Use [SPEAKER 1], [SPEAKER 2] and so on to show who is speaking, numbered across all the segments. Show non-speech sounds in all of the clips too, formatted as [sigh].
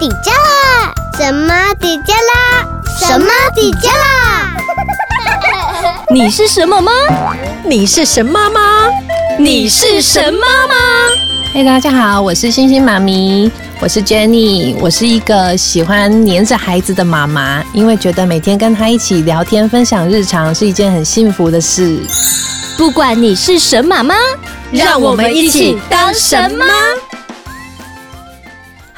[SPEAKER 1] 底加啦？什么底加啦？什么底加啦？
[SPEAKER 2] 你是什么吗？你是神妈妈？你是神妈妈？
[SPEAKER 3] 嘿、大家好，我是星星妈咪，我是 Jenny，我是一个喜欢黏着孩子的妈妈，因为觉得每天跟他一起聊天、分享日常是一件很幸福的事。
[SPEAKER 2] 不管你是神妈妈，
[SPEAKER 4] 让我们一起当神
[SPEAKER 2] 妈。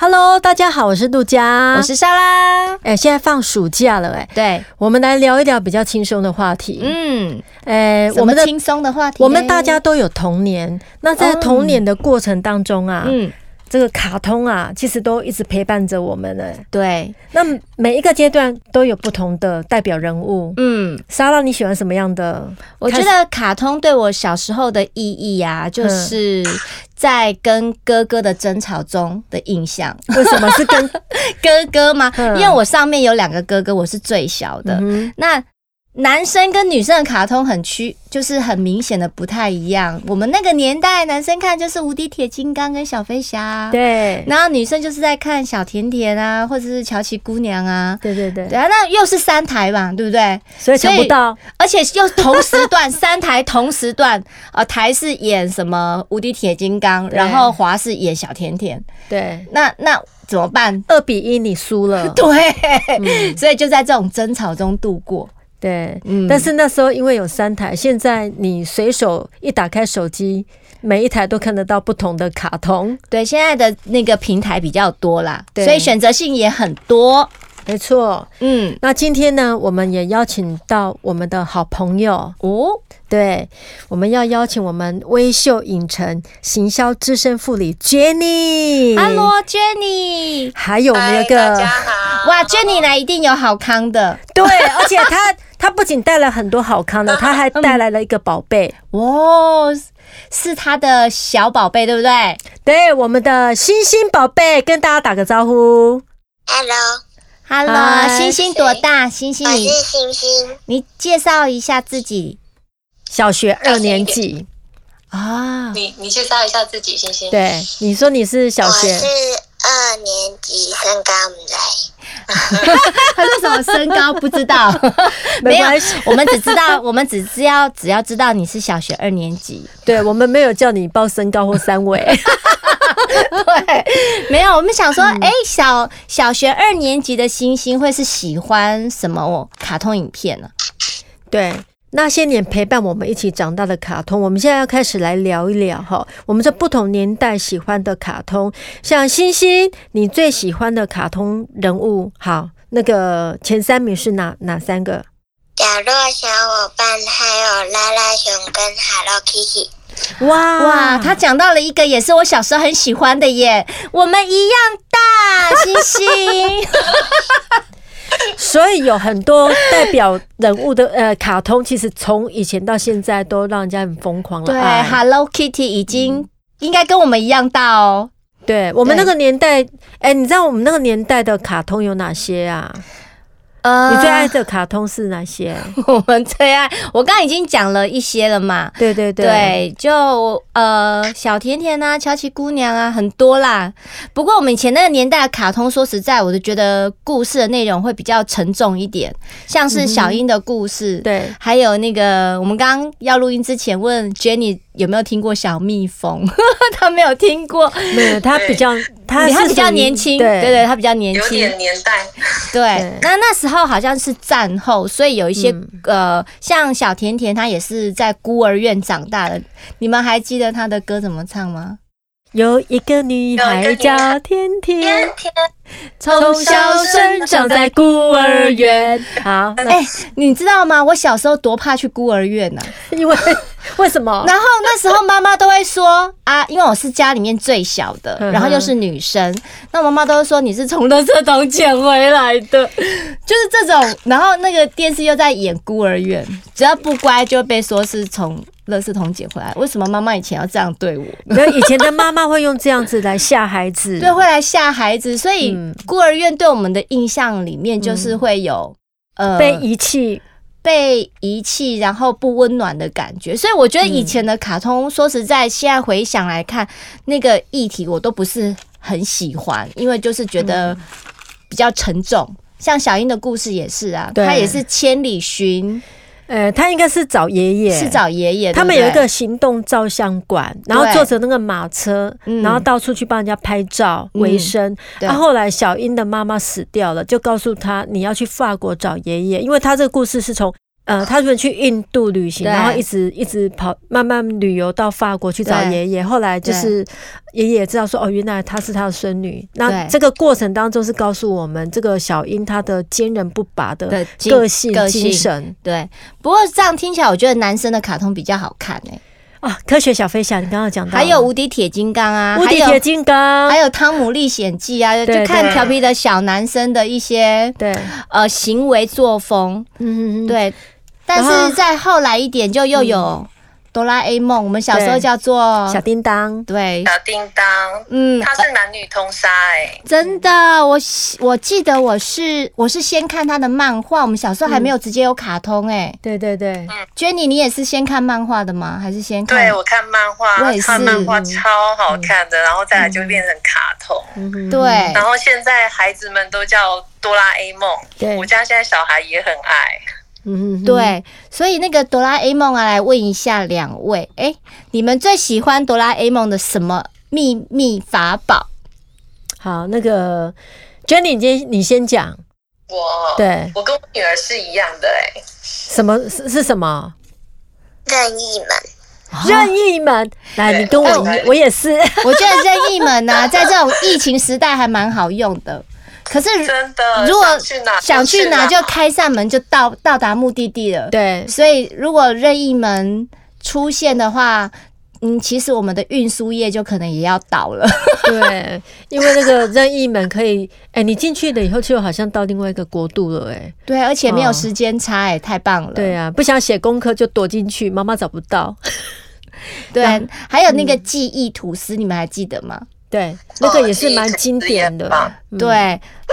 [SPEAKER 4] Hello，大家好，我是杜佳，
[SPEAKER 2] 我是莎拉。
[SPEAKER 4] 哎、现在放暑假了哎、
[SPEAKER 2] 对，
[SPEAKER 4] 我们来聊一聊比较轻松的话题。
[SPEAKER 2] 嗯，
[SPEAKER 4] 哎、
[SPEAKER 2] 我
[SPEAKER 4] 我
[SPEAKER 2] 们
[SPEAKER 4] 们的
[SPEAKER 2] 轻松的话题嘞，
[SPEAKER 4] 我们大家都有童年，那在童年的过程当中啊，
[SPEAKER 2] 嗯，
[SPEAKER 4] 这个卡通啊，其实都一直陪伴着我们哎、
[SPEAKER 2] 对，
[SPEAKER 4] 那每一个阶段都有不同的代表人物。
[SPEAKER 2] 嗯，
[SPEAKER 4] 莎拉，你喜欢什么样的？
[SPEAKER 2] 我觉
[SPEAKER 4] 开始
[SPEAKER 2] 得卡通对我小时候的意义啊，就
[SPEAKER 4] 嗯
[SPEAKER 2] 是在跟哥哥的争吵中的印象。
[SPEAKER 4] 为什么是跟？
[SPEAKER 2] [laughs] 哥哥吗？
[SPEAKER 4] 嗯
[SPEAKER 2] 因为我上面有两个哥哥，我是最小的。
[SPEAKER 4] 嗯
[SPEAKER 2] 那男生跟女生的卡通很区，就是很明显的不太一样。我们那个年代，男生看就是《无敌铁金刚》跟《小飞侠、啊》，
[SPEAKER 4] 对，
[SPEAKER 2] 然后女生就是在看《小甜甜》啊，或者是《乔琪姑娘》啊。
[SPEAKER 4] 对对对
[SPEAKER 2] 对，啊，那又是三台嘛，对不对？
[SPEAKER 4] 所以抢
[SPEAKER 2] 所
[SPEAKER 4] 不
[SPEAKER 2] 以
[SPEAKER 4] 到。
[SPEAKER 2] 而且又同时
[SPEAKER 4] [laughs]
[SPEAKER 2] 段，三台同时段，呃，台是演什么《无敌铁金刚》，
[SPEAKER 4] 对
[SPEAKER 2] 然后华是演小甜甜，
[SPEAKER 4] 对，
[SPEAKER 2] 那那怎么办？
[SPEAKER 4] 二比一，你输了。嗯
[SPEAKER 2] 对，所以就在这种争吵中度过。
[SPEAKER 4] 对，
[SPEAKER 2] 嗯
[SPEAKER 4] 但是那时候因为有三台，现在你随手一打开手机，每一台都看得到不同的卡通。
[SPEAKER 2] 对现在的那个平台比较多啦，
[SPEAKER 4] 对
[SPEAKER 2] 所以选择性也很多。
[SPEAKER 4] 没错，
[SPEAKER 2] 嗯，
[SPEAKER 4] 那今天呢，我们也邀请到我们的好朋友，
[SPEAKER 2] 哦，
[SPEAKER 4] 对，我们要邀请我们微秀影城行销资深副理 Jenny。
[SPEAKER 2] 哈罗 Jenny，
[SPEAKER 4] 还有我们有一个
[SPEAKER 2] 哇，Jenny 来一定有好康的
[SPEAKER 4] 对，而且他 [laughs] 他不仅带来很多好康的，他还带来了一个宝贝，
[SPEAKER 2] 哦，是他的小宝贝，对不对？
[SPEAKER 4] 对，我们的星星宝贝跟大家打个招呼。
[SPEAKER 5] Hello，
[SPEAKER 2] 哈喽，
[SPEAKER 4] 嗨
[SPEAKER 2] 星星多大？星星
[SPEAKER 1] 嗯
[SPEAKER 5] 我
[SPEAKER 2] 你
[SPEAKER 5] 是星星，
[SPEAKER 2] 你介绍一下自己
[SPEAKER 4] 小学二年级啊，
[SPEAKER 6] 你你介绍一下自己，星星。
[SPEAKER 4] 对，你说你哦是小
[SPEAKER 5] 我
[SPEAKER 4] 学
[SPEAKER 5] 是二年级升高五来。
[SPEAKER 2] 他说什么身高不知道，
[SPEAKER 4] [laughs] 没
[SPEAKER 2] 有
[SPEAKER 4] 关系，
[SPEAKER 2] 我们只知道，我们只知道只要知道你是小学二年级，
[SPEAKER 4] 对我们没有叫你报身高或三 [laughs] 围，
[SPEAKER 2] 对，没有，我们想说，哎、小小学二年级的星星会是喜欢什么哦？卡通影片呢、
[SPEAKER 4] 对。那些年陪伴我们一起长大的卡通，我们现在要开始来聊一聊哈，我们在不同年代喜欢的卡通，像星星，你最喜欢的卡通人物，好，那个前三名是哪哪三个？
[SPEAKER 5] 角落小伙伴，还有拉拉熊跟 Hello Kitty。
[SPEAKER 4] 哇
[SPEAKER 2] 哇，他讲到了一个也是我小时候很喜欢的耶，我们一样大，星星。
[SPEAKER 4] 所以有很多代表人物的呃卡通，其实从以前到现在都让人家很疯狂了
[SPEAKER 2] [laughs]
[SPEAKER 4] 哎
[SPEAKER 2] 对嗯
[SPEAKER 4] 爱。
[SPEAKER 2] ，Hello Kitty 已经、应该跟我们一样大哦。
[SPEAKER 4] 对我们
[SPEAKER 2] 对
[SPEAKER 4] 那个年代，哎、你知道我们那个年代的卡通有哪些啊？
[SPEAKER 2] 呃
[SPEAKER 4] 你最爱的卡通是哪些？
[SPEAKER 2] [laughs] 我们最爱，我刚刚已经讲了一些了嘛。
[SPEAKER 4] 对对对，
[SPEAKER 2] 对，就呃，小甜甜啊，乔琪姑娘啊，很多啦。不过我们以前那个年代的卡通，说实在，我就觉得故事的内容会比较沉重一点，像是小樱的故事，
[SPEAKER 4] 嗯对
[SPEAKER 2] 还有那个我们刚刚要录音之前问 Jenny 有没有听过小蜜蜂， [laughs] 她没有听过，
[SPEAKER 4] 没有他比较，他是
[SPEAKER 2] 她比较
[SPEAKER 4] 属于
[SPEAKER 2] 年轻，
[SPEAKER 4] 对
[SPEAKER 2] 对对，她比较年
[SPEAKER 6] 有
[SPEAKER 2] 轻，
[SPEAKER 6] 点年代，
[SPEAKER 2] [laughs] 对
[SPEAKER 4] 对，
[SPEAKER 2] 那那时候好像是战后，所以有一些、
[SPEAKER 4] 嗯
[SPEAKER 2] 呃，像小甜甜她也是在孤儿院长大的。你们还记得她的歌怎么唱吗？
[SPEAKER 4] 有一个女孩叫天天，从小生长在孤儿园。好，那
[SPEAKER 2] [laughs] 哎、你知道吗？我小时候多怕去孤儿院啊呢、
[SPEAKER 4] 因为为
[SPEAKER 2] [laughs]
[SPEAKER 4] 什么？
[SPEAKER 2] 然后那时候妈妈都会说啊，因为我是家里面最小的，
[SPEAKER 4] 嗯哼
[SPEAKER 2] 然后又是女生，那妈妈都会说你是从垃圾桶捡回来的， [laughs] 就是这种。然后那个电视又在演孤儿院，只要不乖就被说是从垃圾桶捡回来。为什么妈妈以前要这样对我？
[SPEAKER 4] 没有以前的妈妈会用这样子来吓孩
[SPEAKER 2] [laughs]
[SPEAKER 4] 子。
[SPEAKER 2] 对，会来吓孩子，所以
[SPEAKER 4] 嗯
[SPEAKER 2] 孤儿院对我们的印象里面就是会有、呃
[SPEAKER 4] 被遗弃，
[SPEAKER 2] 被遗弃，然后不温暖的感觉。所以我觉得以前的卡通，说实在，现在回想来看，那个议题我都不是很喜欢，因为就是觉得
[SPEAKER 4] 嗯
[SPEAKER 2] 比较沉重。像小英的故事也是啊，
[SPEAKER 4] 对
[SPEAKER 2] 她也是千里寻，
[SPEAKER 4] 呃，他应该是找爷爷，
[SPEAKER 2] 是啊找爷爷。
[SPEAKER 4] 他们
[SPEAKER 2] 对
[SPEAKER 4] 有一
[SPEAKER 2] 不对
[SPEAKER 4] 个行动照相馆，然后
[SPEAKER 2] 对
[SPEAKER 4] 坐着那个马车，
[SPEAKER 2] 嗯
[SPEAKER 4] 然后到处去帮人家拍照为生。
[SPEAKER 2] 对
[SPEAKER 4] 啊，后来小英的妈妈死掉了，就告诉她你要去法国找爷爷，因为她这个故事是从。呃，他们去印度旅行，
[SPEAKER 2] 对
[SPEAKER 4] 然后一直一直跑，慢慢旅游到法国去找
[SPEAKER 2] 对
[SPEAKER 4] 爷爷。后来就是爷爷也知道说，哦，原来她是他的孙女。那
[SPEAKER 2] 对
[SPEAKER 4] 这个过程当中是告诉我们，这个小英她的坚韧不拔的
[SPEAKER 2] 的精
[SPEAKER 4] 个性、
[SPEAKER 2] 个性
[SPEAKER 4] 精神
[SPEAKER 2] 对，不过这样听起来，我觉得男生的卡通比较好看哎、
[SPEAKER 4] 啊。科学小飞侠，你刚刚讲到了，
[SPEAKER 2] 还有《无敌铁金刚》啊，
[SPEAKER 4] 无
[SPEAKER 2] 还
[SPEAKER 4] 敌
[SPEAKER 2] 有
[SPEAKER 4] 铁金刚，
[SPEAKER 2] 还有《汤姆历险记》啊，
[SPEAKER 4] 对
[SPEAKER 2] 就看
[SPEAKER 4] 对
[SPEAKER 2] 调皮的小男生的一些
[SPEAKER 4] 对，
[SPEAKER 2] 呃行为作风，
[SPEAKER 4] 嗯，
[SPEAKER 2] 对。但
[SPEAKER 4] 然后嗯
[SPEAKER 2] 是再后来一点，就又有哆啦 A 梦，我们小时候
[SPEAKER 4] 对
[SPEAKER 2] 叫做
[SPEAKER 4] 小叮当，
[SPEAKER 2] 对，
[SPEAKER 6] 小叮当，
[SPEAKER 2] 嗯，
[SPEAKER 6] 他是男女通杀哎、
[SPEAKER 2] 真的，我喜我记得我是我是先看他的漫画，我们小时候还没有直接有卡通哎、
[SPEAKER 4] 对对对，
[SPEAKER 2] Jenny，你也是先看漫画的吗？还是先看？
[SPEAKER 6] 对我看漫画
[SPEAKER 2] 我也，是嗯
[SPEAKER 6] 看漫画超好看的，然后再来就变成卡通。
[SPEAKER 4] 嗯
[SPEAKER 2] 对
[SPEAKER 6] 然后现在孩子们都叫哆啦 A 梦
[SPEAKER 4] 对，
[SPEAKER 6] 我家现在小孩也很爱。
[SPEAKER 4] 嗯，
[SPEAKER 2] 对，所以那个哆啦 A 梦啊，来问一下两位，哎、你们最喜欢哆啦 A 梦的什么秘密法宝？
[SPEAKER 4] 好，那个 Jenny，你先你先讲，
[SPEAKER 6] 我，
[SPEAKER 4] 对，
[SPEAKER 6] 我跟我女儿是一样的哎、
[SPEAKER 4] 什么是是什么？
[SPEAKER 5] 任意门。
[SPEAKER 4] 任意门，来，
[SPEAKER 6] 对
[SPEAKER 4] 你跟我
[SPEAKER 6] 哎
[SPEAKER 4] 一，我也是，
[SPEAKER 2] 我觉得任意门呢、啊
[SPEAKER 6] [laughs]
[SPEAKER 2] 在这种疫情时代还蛮好用的。可是
[SPEAKER 6] 真的。
[SPEAKER 2] 如果
[SPEAKER 6] 呃想去哪
[SPEAKER 2] 想去哪就
[SPEAKER 6] 哪
[SPEAKER 2] 开扇门就到到达目的地了。
[SPEAKER 4] 对，
[SPEAKER 2] 所以如果任意门出现的话，嗯，其实我们的运输业就可能也要倒
[SPEAKER 6] [laughs]
[SPEAKER 2] 了。
[SPEAKER 4] 对，因为那个任意门可以，哎，你进去了以后就好像到另外一个国度了，哎，
[SPEAKER 2] 对，而且没
[SPEAKER 4] 哦
[SPEAKER 2] 有时间差、哎，太棒了。
[SPEAKER 4] 对啊，不想写功课就躲进去，妈妈找不到，
[SPEAKER 2] 对，还有那个记忆吐司，你们还记得吗？
[SPEAKER 4] 对，那个也是
[SPEAKER 6] 哦
[SPEAKER 4] 蛮经典
[SPEAKER 6] 记忆很
[SPEAKER 4] 的，
[SPEAKER 2] 对，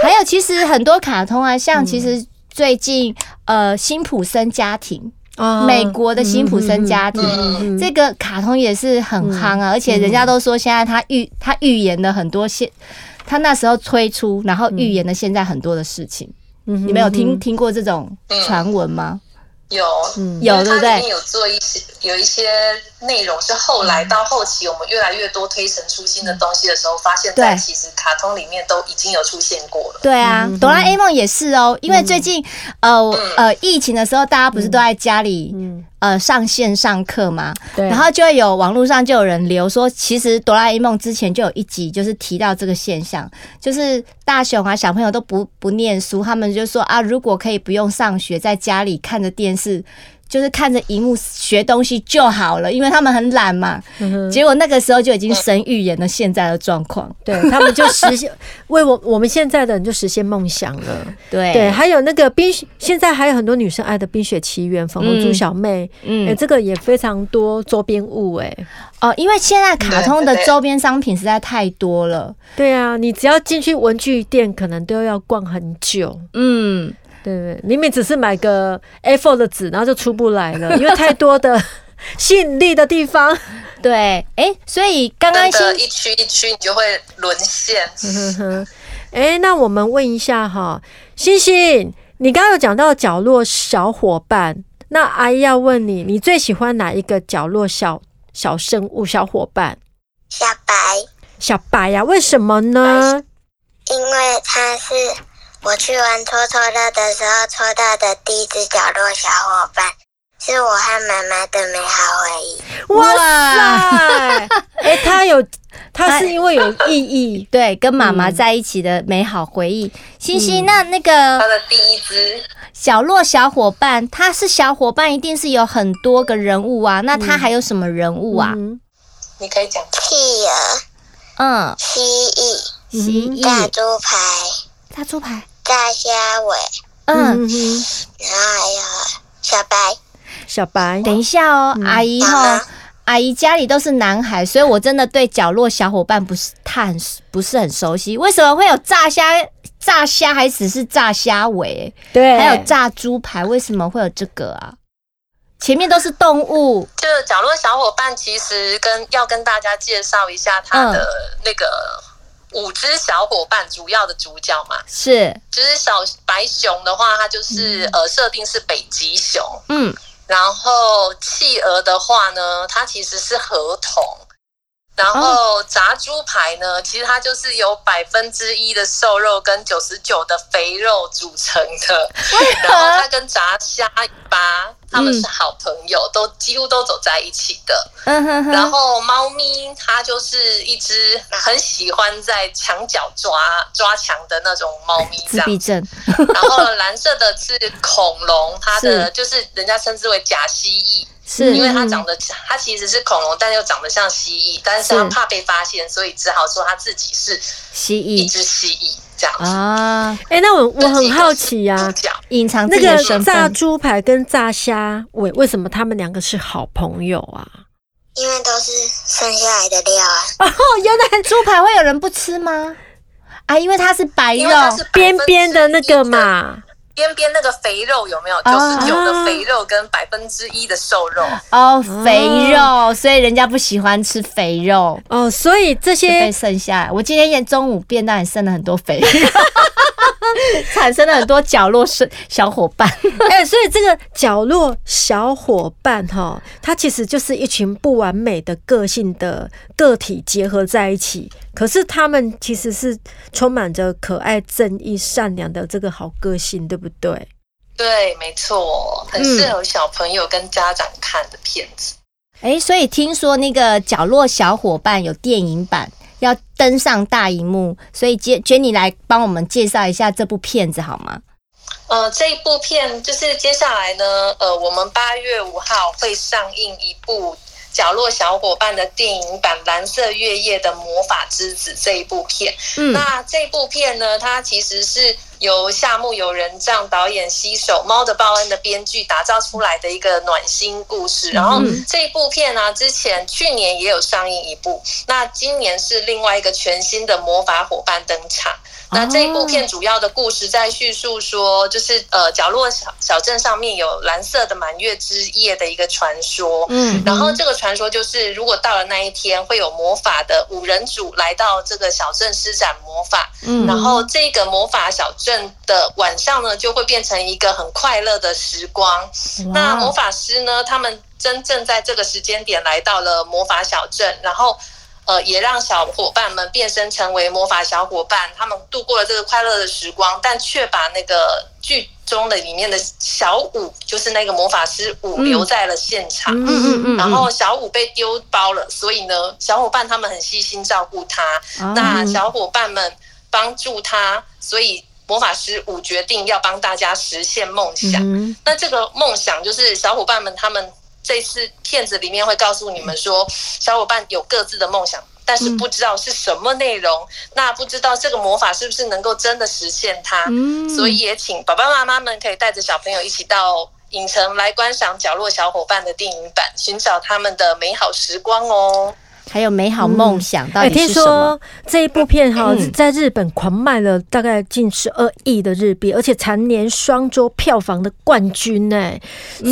[SPEAKER 2] 还有其实很多卡通啊，
[SPEAKER 6] 嗯
[SPEAKER 2] 像其实最近、呃辛普森家庭，
[SPEAKER 4] 啊
[SPEAKER 2] 美国的辛普森家庭。
[SPEAKER 6] 哦嗯，
[SPEAKER 2] 这个卡通也是很夯啊，而且人家都说现在他预他预言了很多现，他那时候推出，然后预言了现在很多的事情。你们有听听过这种传闻吗？
[SPEAKER 6] 有
[SPEAKER 2] 有
[SPEAKER 6] 因为它
[SPEAKER 2] 对不对
[SPEAKER 6] 里面有做一些有一些内容是后来到后期，我们越来越多推陈出新的东西的时候，发现在
[SPEAKER 2] 对
[SPEAKER 6] 其实卡通里面都已经有出现过了。
[SPEAKER 2] 对
[SPEAKER 4] 嗯
[SPEAKER 2] 啊，哆啦 A 梦也是哦，因为最近呃我呃疫情的时候，大家不
[SPEAKER 4] 嗯
[SPEAKER 2] 是都在家里呃上线上课嘛，
[SPEAKER 4] 对
[SPEAKER 2] 然后就会有网络上就有人留说，其实哆啦 A 梦之前就有一集就是提到这个现象，就是大雄啊小朋友都不不念书，他们就说啊，如果可以不用上学，在家里看着电视。就是看着荧幕学东西就好了，因为他们很懒嘛。
[SPEAKER 4] 嗯
[SPEAKER 2] 结果那个时候就已经神预言了现在的状况。
[SPEAKER 4] 对他们就实现为我我们现在的人就实现梦想了。
[SPEAKER 2] 对
[SPEAKER 4] 对，还有那个冰雪，现在还有很多女生爱的《冰雪奇缘》《粉红猪小妹》
[SPEAKER 2] 嗯
[SPEAKER 4] 哎、这个也非常多周边物哎、
[SPEAKER 2] 哦，因为现在卡通的
[SPEAKER 6] 对对
[SPEAKER 2] 周边商品实在太多了。
[SPEAKER 4] 对啊，你只要进去文具店，可能都要逛很久，
[SPEAKER 2] 嗯，
[SPEAKER 4] 对不对？明明只是买个 A4 的纸，然后就出不来了，
[SPEAKER 2] [laughs]
[SPEAKER 4] 因为太多的吸引力的地方。
[SPEAKER 2] 对，哎、所以刚刚
[SPEAKER 6] 真
[SPEAKER 2] 新
[SPEAKER 6] 的，一区一区你就会沦陷。
[SPEAKER 4] 呵呵，哎，那我们问一下哈，星星，你刚刚有讲到角落小伙伴，那阿姨要问你，你最喜欢哪一个角落小小生物、小伙伴？
[SPEAKER 5] 小白，
[SPEAKER 4] 小白呀、为什么呢？
[SPEAKER 5] 因为他是我去玩抽抽乐的时候抽到的第一只角落小伙伴，是我和妈妈的美好回忆。
[SPEAKER 4] 哇塞！
[SPEAKER 2] [laughs]
[SPEAKER 4] 哎、他有，他是因为有意义，
[SPEAKER 2] 对跟妈妈在一起的美好回忆。星星，那那个
[SPEAKER 6] 他的第一只
[SPEAKER 2] 小洛小伙伴，他是小伙伴，一定是有很多个人物啊。那他还有什么人物啊？
[SPEAKER 4] 嗯
[SPEAKER 6] 你可以讲
[SPEAKER 5] 企鹅、
[SPEAKER 2] 嗯，
[SPEAKER 5] 蜥蜴、
[SPEAKER 2] 蜥
[SPEAKER 5] 大
[SPEAKER 2] 蜴、
[SPEAKER 5] 猪排、
[SPEAKER 2] 大猪排，
[SPEAKER 5] 大虾尾，
[SPEAKER 2] 嗯。
[SPEAKER 4] 嗯哼，
[SPEAKER 5] 然后还有小白。
[SPEAKER 4] 小白，
[SPEAKER 2] 等一下哦，阿姨哈
[SPEAKER 5] 好，
[SPEAKER 2] 阿姨家里都是男孩，所以我真的对角落小伙伴不是太很不是很熟悉。为什么会有炸虾？炸虾还只是炸虾尾，
[SPEAKER 4] 对，
[SPEAKER 2] 还有炸猪排，为什么会有这个啊？前面都是动物，
[SPEAKER 6] 就
[SPEAKER 2] 嗯
[SPEAKER 6] 角落小伙伴其实跟要跟大家介绍一下他的那个五只小伙伴主要的主角嘛，
[SPEAKER 2] 是，
[SPEAKER 6] 就是小白熊的话，它就是、呃设定是北极熊，
[SPEAKER 2] 嗯，
[SPEAKER 6] 然后企鹅的话呢，它其实是河童。然后炸猪排呢，其实它就是由百分之一的瘦肉跟九十九的肥肉组成的。然后它跟炸虾尾巴，他们是好朋友，都几乎都走在一起的。
[SPEAKER 2] 嗯哼哼，
[SPEAKER 6] 然后猫咪它就是一只很喜欢在墙角抓抓墙的那种猫咪，这
[SPEAKER 2] 自闭
[SPEAKER 6] 样。
[SPEAKER 2] 症，
[SPEAKER 6] 然后蓝色的是恐龙，它的
[SPEAKER 2] 是
[SPEAKER 6] 就是人家称之为假蜥蜴，
[SPEAKER 2] 是嗯
[SPEAKER 6] 因为
[SPEAKER 4] 嗯
[SPEAKER 6] 它长得它其实是恐龙，但又长得像蜥蜴，但是它
[SPEAKER 2] 是
[SPEAKER 6] 怕被发现，所以只好说它自己是
[SPEAKER 2] 蜥
[SPEAKER 6] 一
[SPEAKER 2] 蜴
[SPEAKER 6] 只蜥蜴这样子。
[SPEAKER 2] 啊，
[SPEAKER 4] 哎、那我我很好奇呀、
[SPEAKER 6] 主角
[SPEAKER 2] 隐藏自
[SPEAKER 4] 那
[SPEAKER 2] 己的
[SPEAKER 4] 个
[SPEAKER 2] 身
[SPEAKER 4] 炸
[SPEAKER 2] 份，
[SPEAKER 4] 猪排跟炸虾尾，为什么他们两个是好朋友
[SPEAKER 2] [laughs]
[SPEAKER 4] 啊？
[SPEAKER 5] 因为都是剩下来的料啊。
[SPEAKER 4] 哦，原来
[SPEAKER 2] 猪排会有人不吃吗？啊，因为它是白
[SPEAKER 6] 因
[SPEAKER 2] 肉
[SPEAKER 6] 为，它是
[SPEAKER 4] 边边的那个
[SPEAKER 6] 嘛。
[SPEAKER 4] 嘛，
[SPEAKER 6] 边边那个肥肉有没有？九
[SPEAKER 2] 啊
[SPEAKER 6] 十九的肥肉跟百分之一的瘦肉，
[SPEAKER 4] 啊
[SPEAKER 2] 哦，肥肉，所以人家不喜欢吃肥肉。
[SPEAKER 4] 哦，所以这
[SPEAKER 2] 就被
[SPEAKER 4] 些
[SPEAKER 2] 剩下来。我今天也中午便当也剩了很多肥肉， [laughs] 产生了很多角落是小伙 [laughs] 伴。
[SPEAKER 4] [laughs] 哎、所以这个角落小伙伴哈，他其实就是一群不完美的个性的个体结合在一起，可是他们其实是充满着可爱、正义、善良的这个好个性，对不对？
[SPEAKER 6] 对，没错，
[SPEAKER 4] 嗯
[SPEAKER 6] 很适合小朋友跟家长看的片子。
[SPEAKER 2] 哎、所以听说那个角落小伙伴有电影版。要登上大荧幕，所以杰 Jenny 来帮我们介绍一下这部片子好吗？
[SPEAKER 6] 呃，这一部片就是接下来呢，呃，我们八月五号会上映一部《角落小伙伴》的电影版《蓝色月夜的魔法之子》这一部片。
[SPEAKER 2] 嗯
[SPEAKER 6] 那这部片呢，它其实是由夏目友人帐导演携手《猫的报恩》的编剧打造出来的一个暖心故事。然后这一部片呢、之前去年也有上映一部，那今年是另外一个全新的魔法伙伴登场。那这一部片
[SPEAKER 2] 哦
[SPEAKER 6] 主要的故事在叙述说，就是呃，角落小小镇上面有蓝色的满月之夜的一个传说。
[SPEAKER 2] 嗯，
[SPEAKER 6] 然后这个传说就是，如果到了那一天，会有魔法的五人组来到这个小镇施展魔法。
[SPEAKER 2] 嗯
[SPEAKER 6] 然后这个魔法小镇的晚上呢，就会变成一个很快乐的时光。那魔法师呢，他们真正在这个时间点来到了魔法小镇，然后。呃，也让小伙伴们变身成为魔法小伙伴，他们度过了这个快乐的时光，但却把那个剧中的里面的小五，就是那个魔法师五，留在了现场。
[SPEAKER 2] 嗯嗯
[SPEAKER 6] 然后小五被丢包了，所以呢，小伙伴他们很细心照顾他。
[SPEAKER 2] 哦
[SPEAKER 6] 那小伙伴们帮助他，所以魔法师五决定要帮大家实现梦想。
[SPEAKER 4] 嗯，
[SPEAKER 6] 那这个梦想就是小伙伴们他们这次片子里面会告诉你们说，小伙伴有各自的梦想，但
[SPEAKER 2] 嗯
[SPEAKER 6] 是不知道是什么内容，那不知道这个魔法是不是能够真的实现它。
[SPEAKER 2] 嗯
[SPEAKER 6] 所以也请爸爸妈妈们可以带着小朋友一起到。影城来观赏角落小伙伴的电影版，寻找他们的美好时光哦。
[SPEAKER 2] 还有美好梦想到
[SPEAKER 4] 哎、
[SPEAKER 2] 底
[SPEAKER 4] 听
[SPEAKER 2] 是什么？
[SPEAKER 4] 说这一部片哈、
[SPEAKER 2] 嗯
[SPEAKER 4] 在日本狂卖了大概近十二亿的日币，而且蝉联双周票房的冠军呢、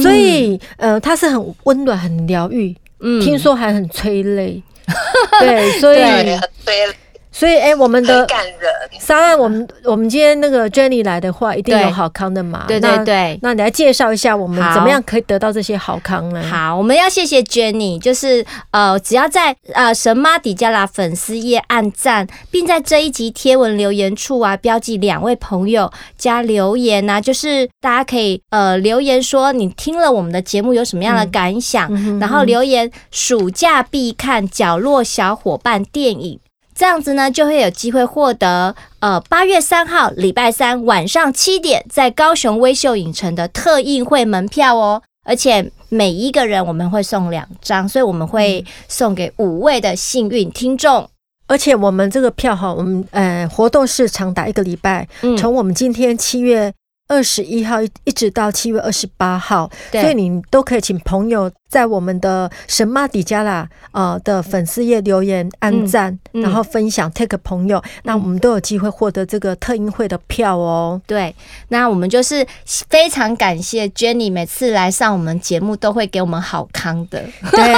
[SPEAKER 4] 所以呃，它是很温暖、很疗愈，
[SPEAKER 2] 嗯
[SPEAKER 4] 听说还很催泪。 [laughs]
[SPEAKER 2] [laughs]
[SPEAKER 4] 对，所以
[SPEAKER 6] 对，很对，
[SPEAKER 4] 所以哎、我们
[SPEAKER 6] 很
[SPEAKER 4] 的
[SPEAKER 6] 感人。
[SPEAKER 4] 莎拉，我们我们今天那个 Jenny 来的话，一定有
[SPEAKER 2] 对
[SPEAKER 4] 好康的嘛？
[SPEAKER 2] 对
[SPEAKER 4] 那
[SPEAKER 2] 对对
[SPEAKER 4] 那你来介绍一下我们
[SPEAKER 2] 好
[SPEAKER 4] 怎么样可以得到这些好康呢？
[SPEAKER 2] 好，我们要谢谢 Jenny，就是呃，只要在呃神妈底加拉粉丝页按赞，并在这一集贴文留言处啊标记两位朋友加留言呐、就是大家可以呃留言说你听了我们的节目有什么样的感想，
[SPEAKER 4] 嗯
[SPEAKER 2] 然后留言暑假必看《角落小伙伴》电影。这样子呢，就会有机会获得呃八月三号礼拜三晚上七点在高雄微秀影城的特映会门票哦。而且每一个人我们会送两张，所以我们会送给五位的幸运听众。
[SPEAKER 4] 而且我们这个票哈，我们呃活动是长达一个礼拜，
[SPEAKER 2] 嗯
[SPEAKER 4] 从我们今天七月二十一号一一直到七月二十八号，
[SPEAKER 2] 对
[SPEAKER 4] 所以你都可以请朋友在我们的神马底加啦呃的粉丝页留言、按赞，
[SPEAKER 2] 嗯
[SPEAKER 4] 然后分享 take 朋友，那我们都有机会获得这个特映会的票哦。
[SPEAKER 2] 对，那我们就是非常感谢 Jenny 每次来上我们节目都会给我们好康的，
[SPEAKER 4] 对， [laughs]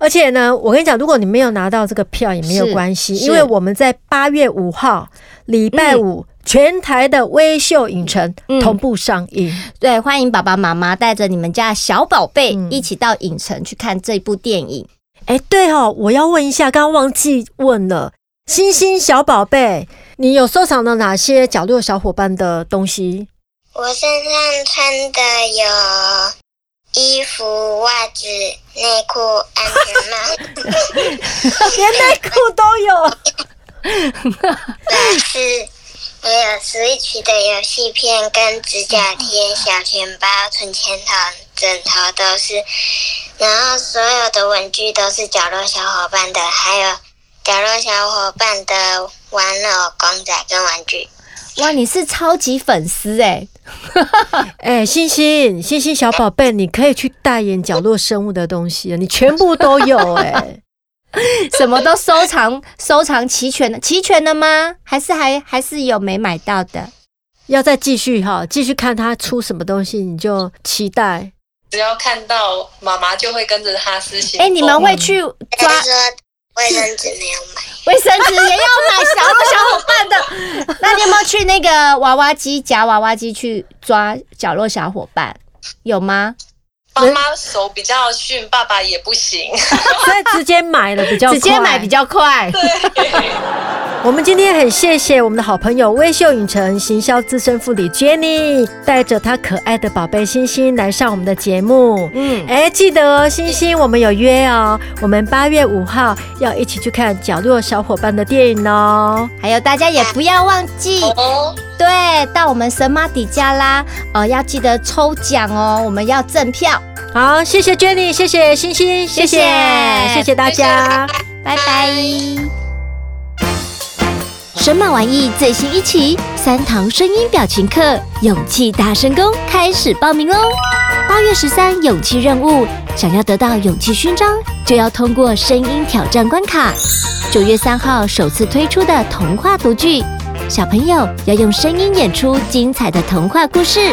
[SPEAKER 4] 而且呢，我跟你讲，如果你没有拿到这个票也没有
[SPEAKER 2] 是
[SPEAKER 4] 关系，
[SPEAKER 2] 是
[SPEAKER 4] 因为我们在八月五号礼拜五。全台的微秀影城
[SPEAKER 2] 嗯
[SPEAKER 4] 同步上映，
[SPEAKER 2] 对，欢迎爸爸妈妈带着你们家的小宝贝一起到影城去看这部电影。
[SPEAKER 4] 哎、对哦，我要问一下，刚刚忘记问了，星星小宝贝，你有收藏了哪些角落小伙伴的东西？
[SPEAKER 5] 我身上穿的有衣服、袜子、内裤、安全帽、
[SPEAKER 4] 连内裤都有。
[SPEAKER 5] 拉丝，还有 Switch 的游戏片跟指甲贴、小钱包、存钱筒、枕头都是，然后所有的文具都是角落小伙伴的，还有角落小伙伴的玩偶、公仔跟玩具。
[SPEAKER 2] 哇，你是超级粉丝哎、
[SPEAKER 4] 哎、星星，星星小宝贝，你可以去代言角落生物的东西了，你全部都有哎、
[SPEAKER 2] [laughs] 什么都收藏 [laughs] 收藏齐全的，齐全的吗？还是还还是有没买到的？
[SPEAKER 4] 要再继续哈，继续看他出什么东西，你就期待。
[SPEAKER 6] 只要看到妈妈，就会跟着她私信。
[SPEAKER 2] 哎、你们会去抓
[SPEAKER 5] 他说卫生纸没有买。
[SPEAKER 2] 卫生纸也要买小小伙伴
[SPEAKER 4] [laughs]
[SPEAKER 2] 的？那你有没有去那个娃娃机夹娃娃机去抓角落小伙伴？有吗？
[SPEAKER 6] 妈妈手比较逊，爸爸也不行。
[SPEAKER 4] 所以直接买了比较快，
[SPEAKER 2] 直接买比较快。
[SPEAKER 4] 我们今天很谢谢我们的好朋友微秀影城行销资深副理 Jenny，带着她可爱的宝贝星星来上我们的节目。
[SPEAKER 2] 嗯，
[SPEAKER 4] [laughs] 哎，记得哦，星星，我们有约哦，我们八月五号要一起去看角落小伙伴的电影哦。
[SPEAKER 2] 还有大家也不要忘记，
[SPEAKER 6] 哦，
[SPEAKER 2] 对，到我们神马底加啦，呃，要记得抽奖哦，我们要赠票，
[SPEAKER 4] 好，谢谢 Jenny，谢谢星星，
[SPEAKER 2] 谢
[SPEAKER 4] 谢谢，
[SPEAKER 2] 谢
[SPEAKER 4] 谢谢大家。
[SPEAKER 2] 拜拜。
[SPEAKER 7] 神马玩意最新一期三堂声音表情课，勇气大声功开始报名喽！哦八月十三勇气任务，想要得到勇气勋章，就要通过声音挑战关卡。九月三号首次推出的童话读剧，小朋友要用声音演出精彩的童话故事。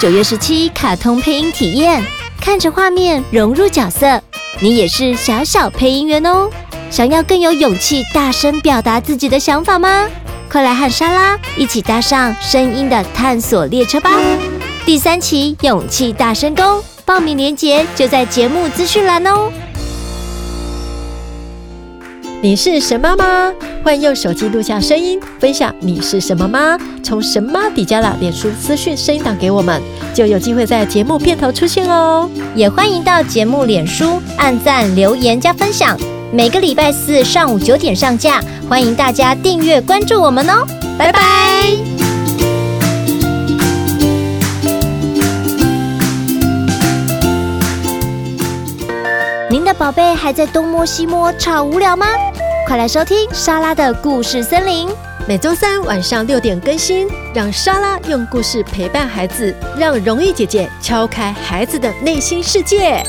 [SPEAKER 7] 九月十七卡通配音体验，看着画面融入角色，你也是小小配音员哦。想要更有勇气大声表达自己的想法吗？快来和莎拉一起搭上声音的探索列车吧！第三期勇气大声功报名链接就在节目资讯栏哦。
[SPEAKER 4] 你是神妈吗？欢迎用手机录下声音，分享你是什么妈？从神妈底加啦脸书私讯声音档给我们，就有机会在节目片头出现哦。
[SPEAKER 2] 也欢迎到节目脸书按赞、留言加分享。每个礼拜四上午九点上架，欢迎大家订阅关注我们哦，拜拜
[SPEAKER 7] 您的宝贝还在东摸西摸，吵无聊吗？快来收听莎拉的故事森林。
[SPEAKER 4] 每周三晚上六点更新，让莎拉用故事陪伴孩子，让容易姐姐敲开孩子的内心世界。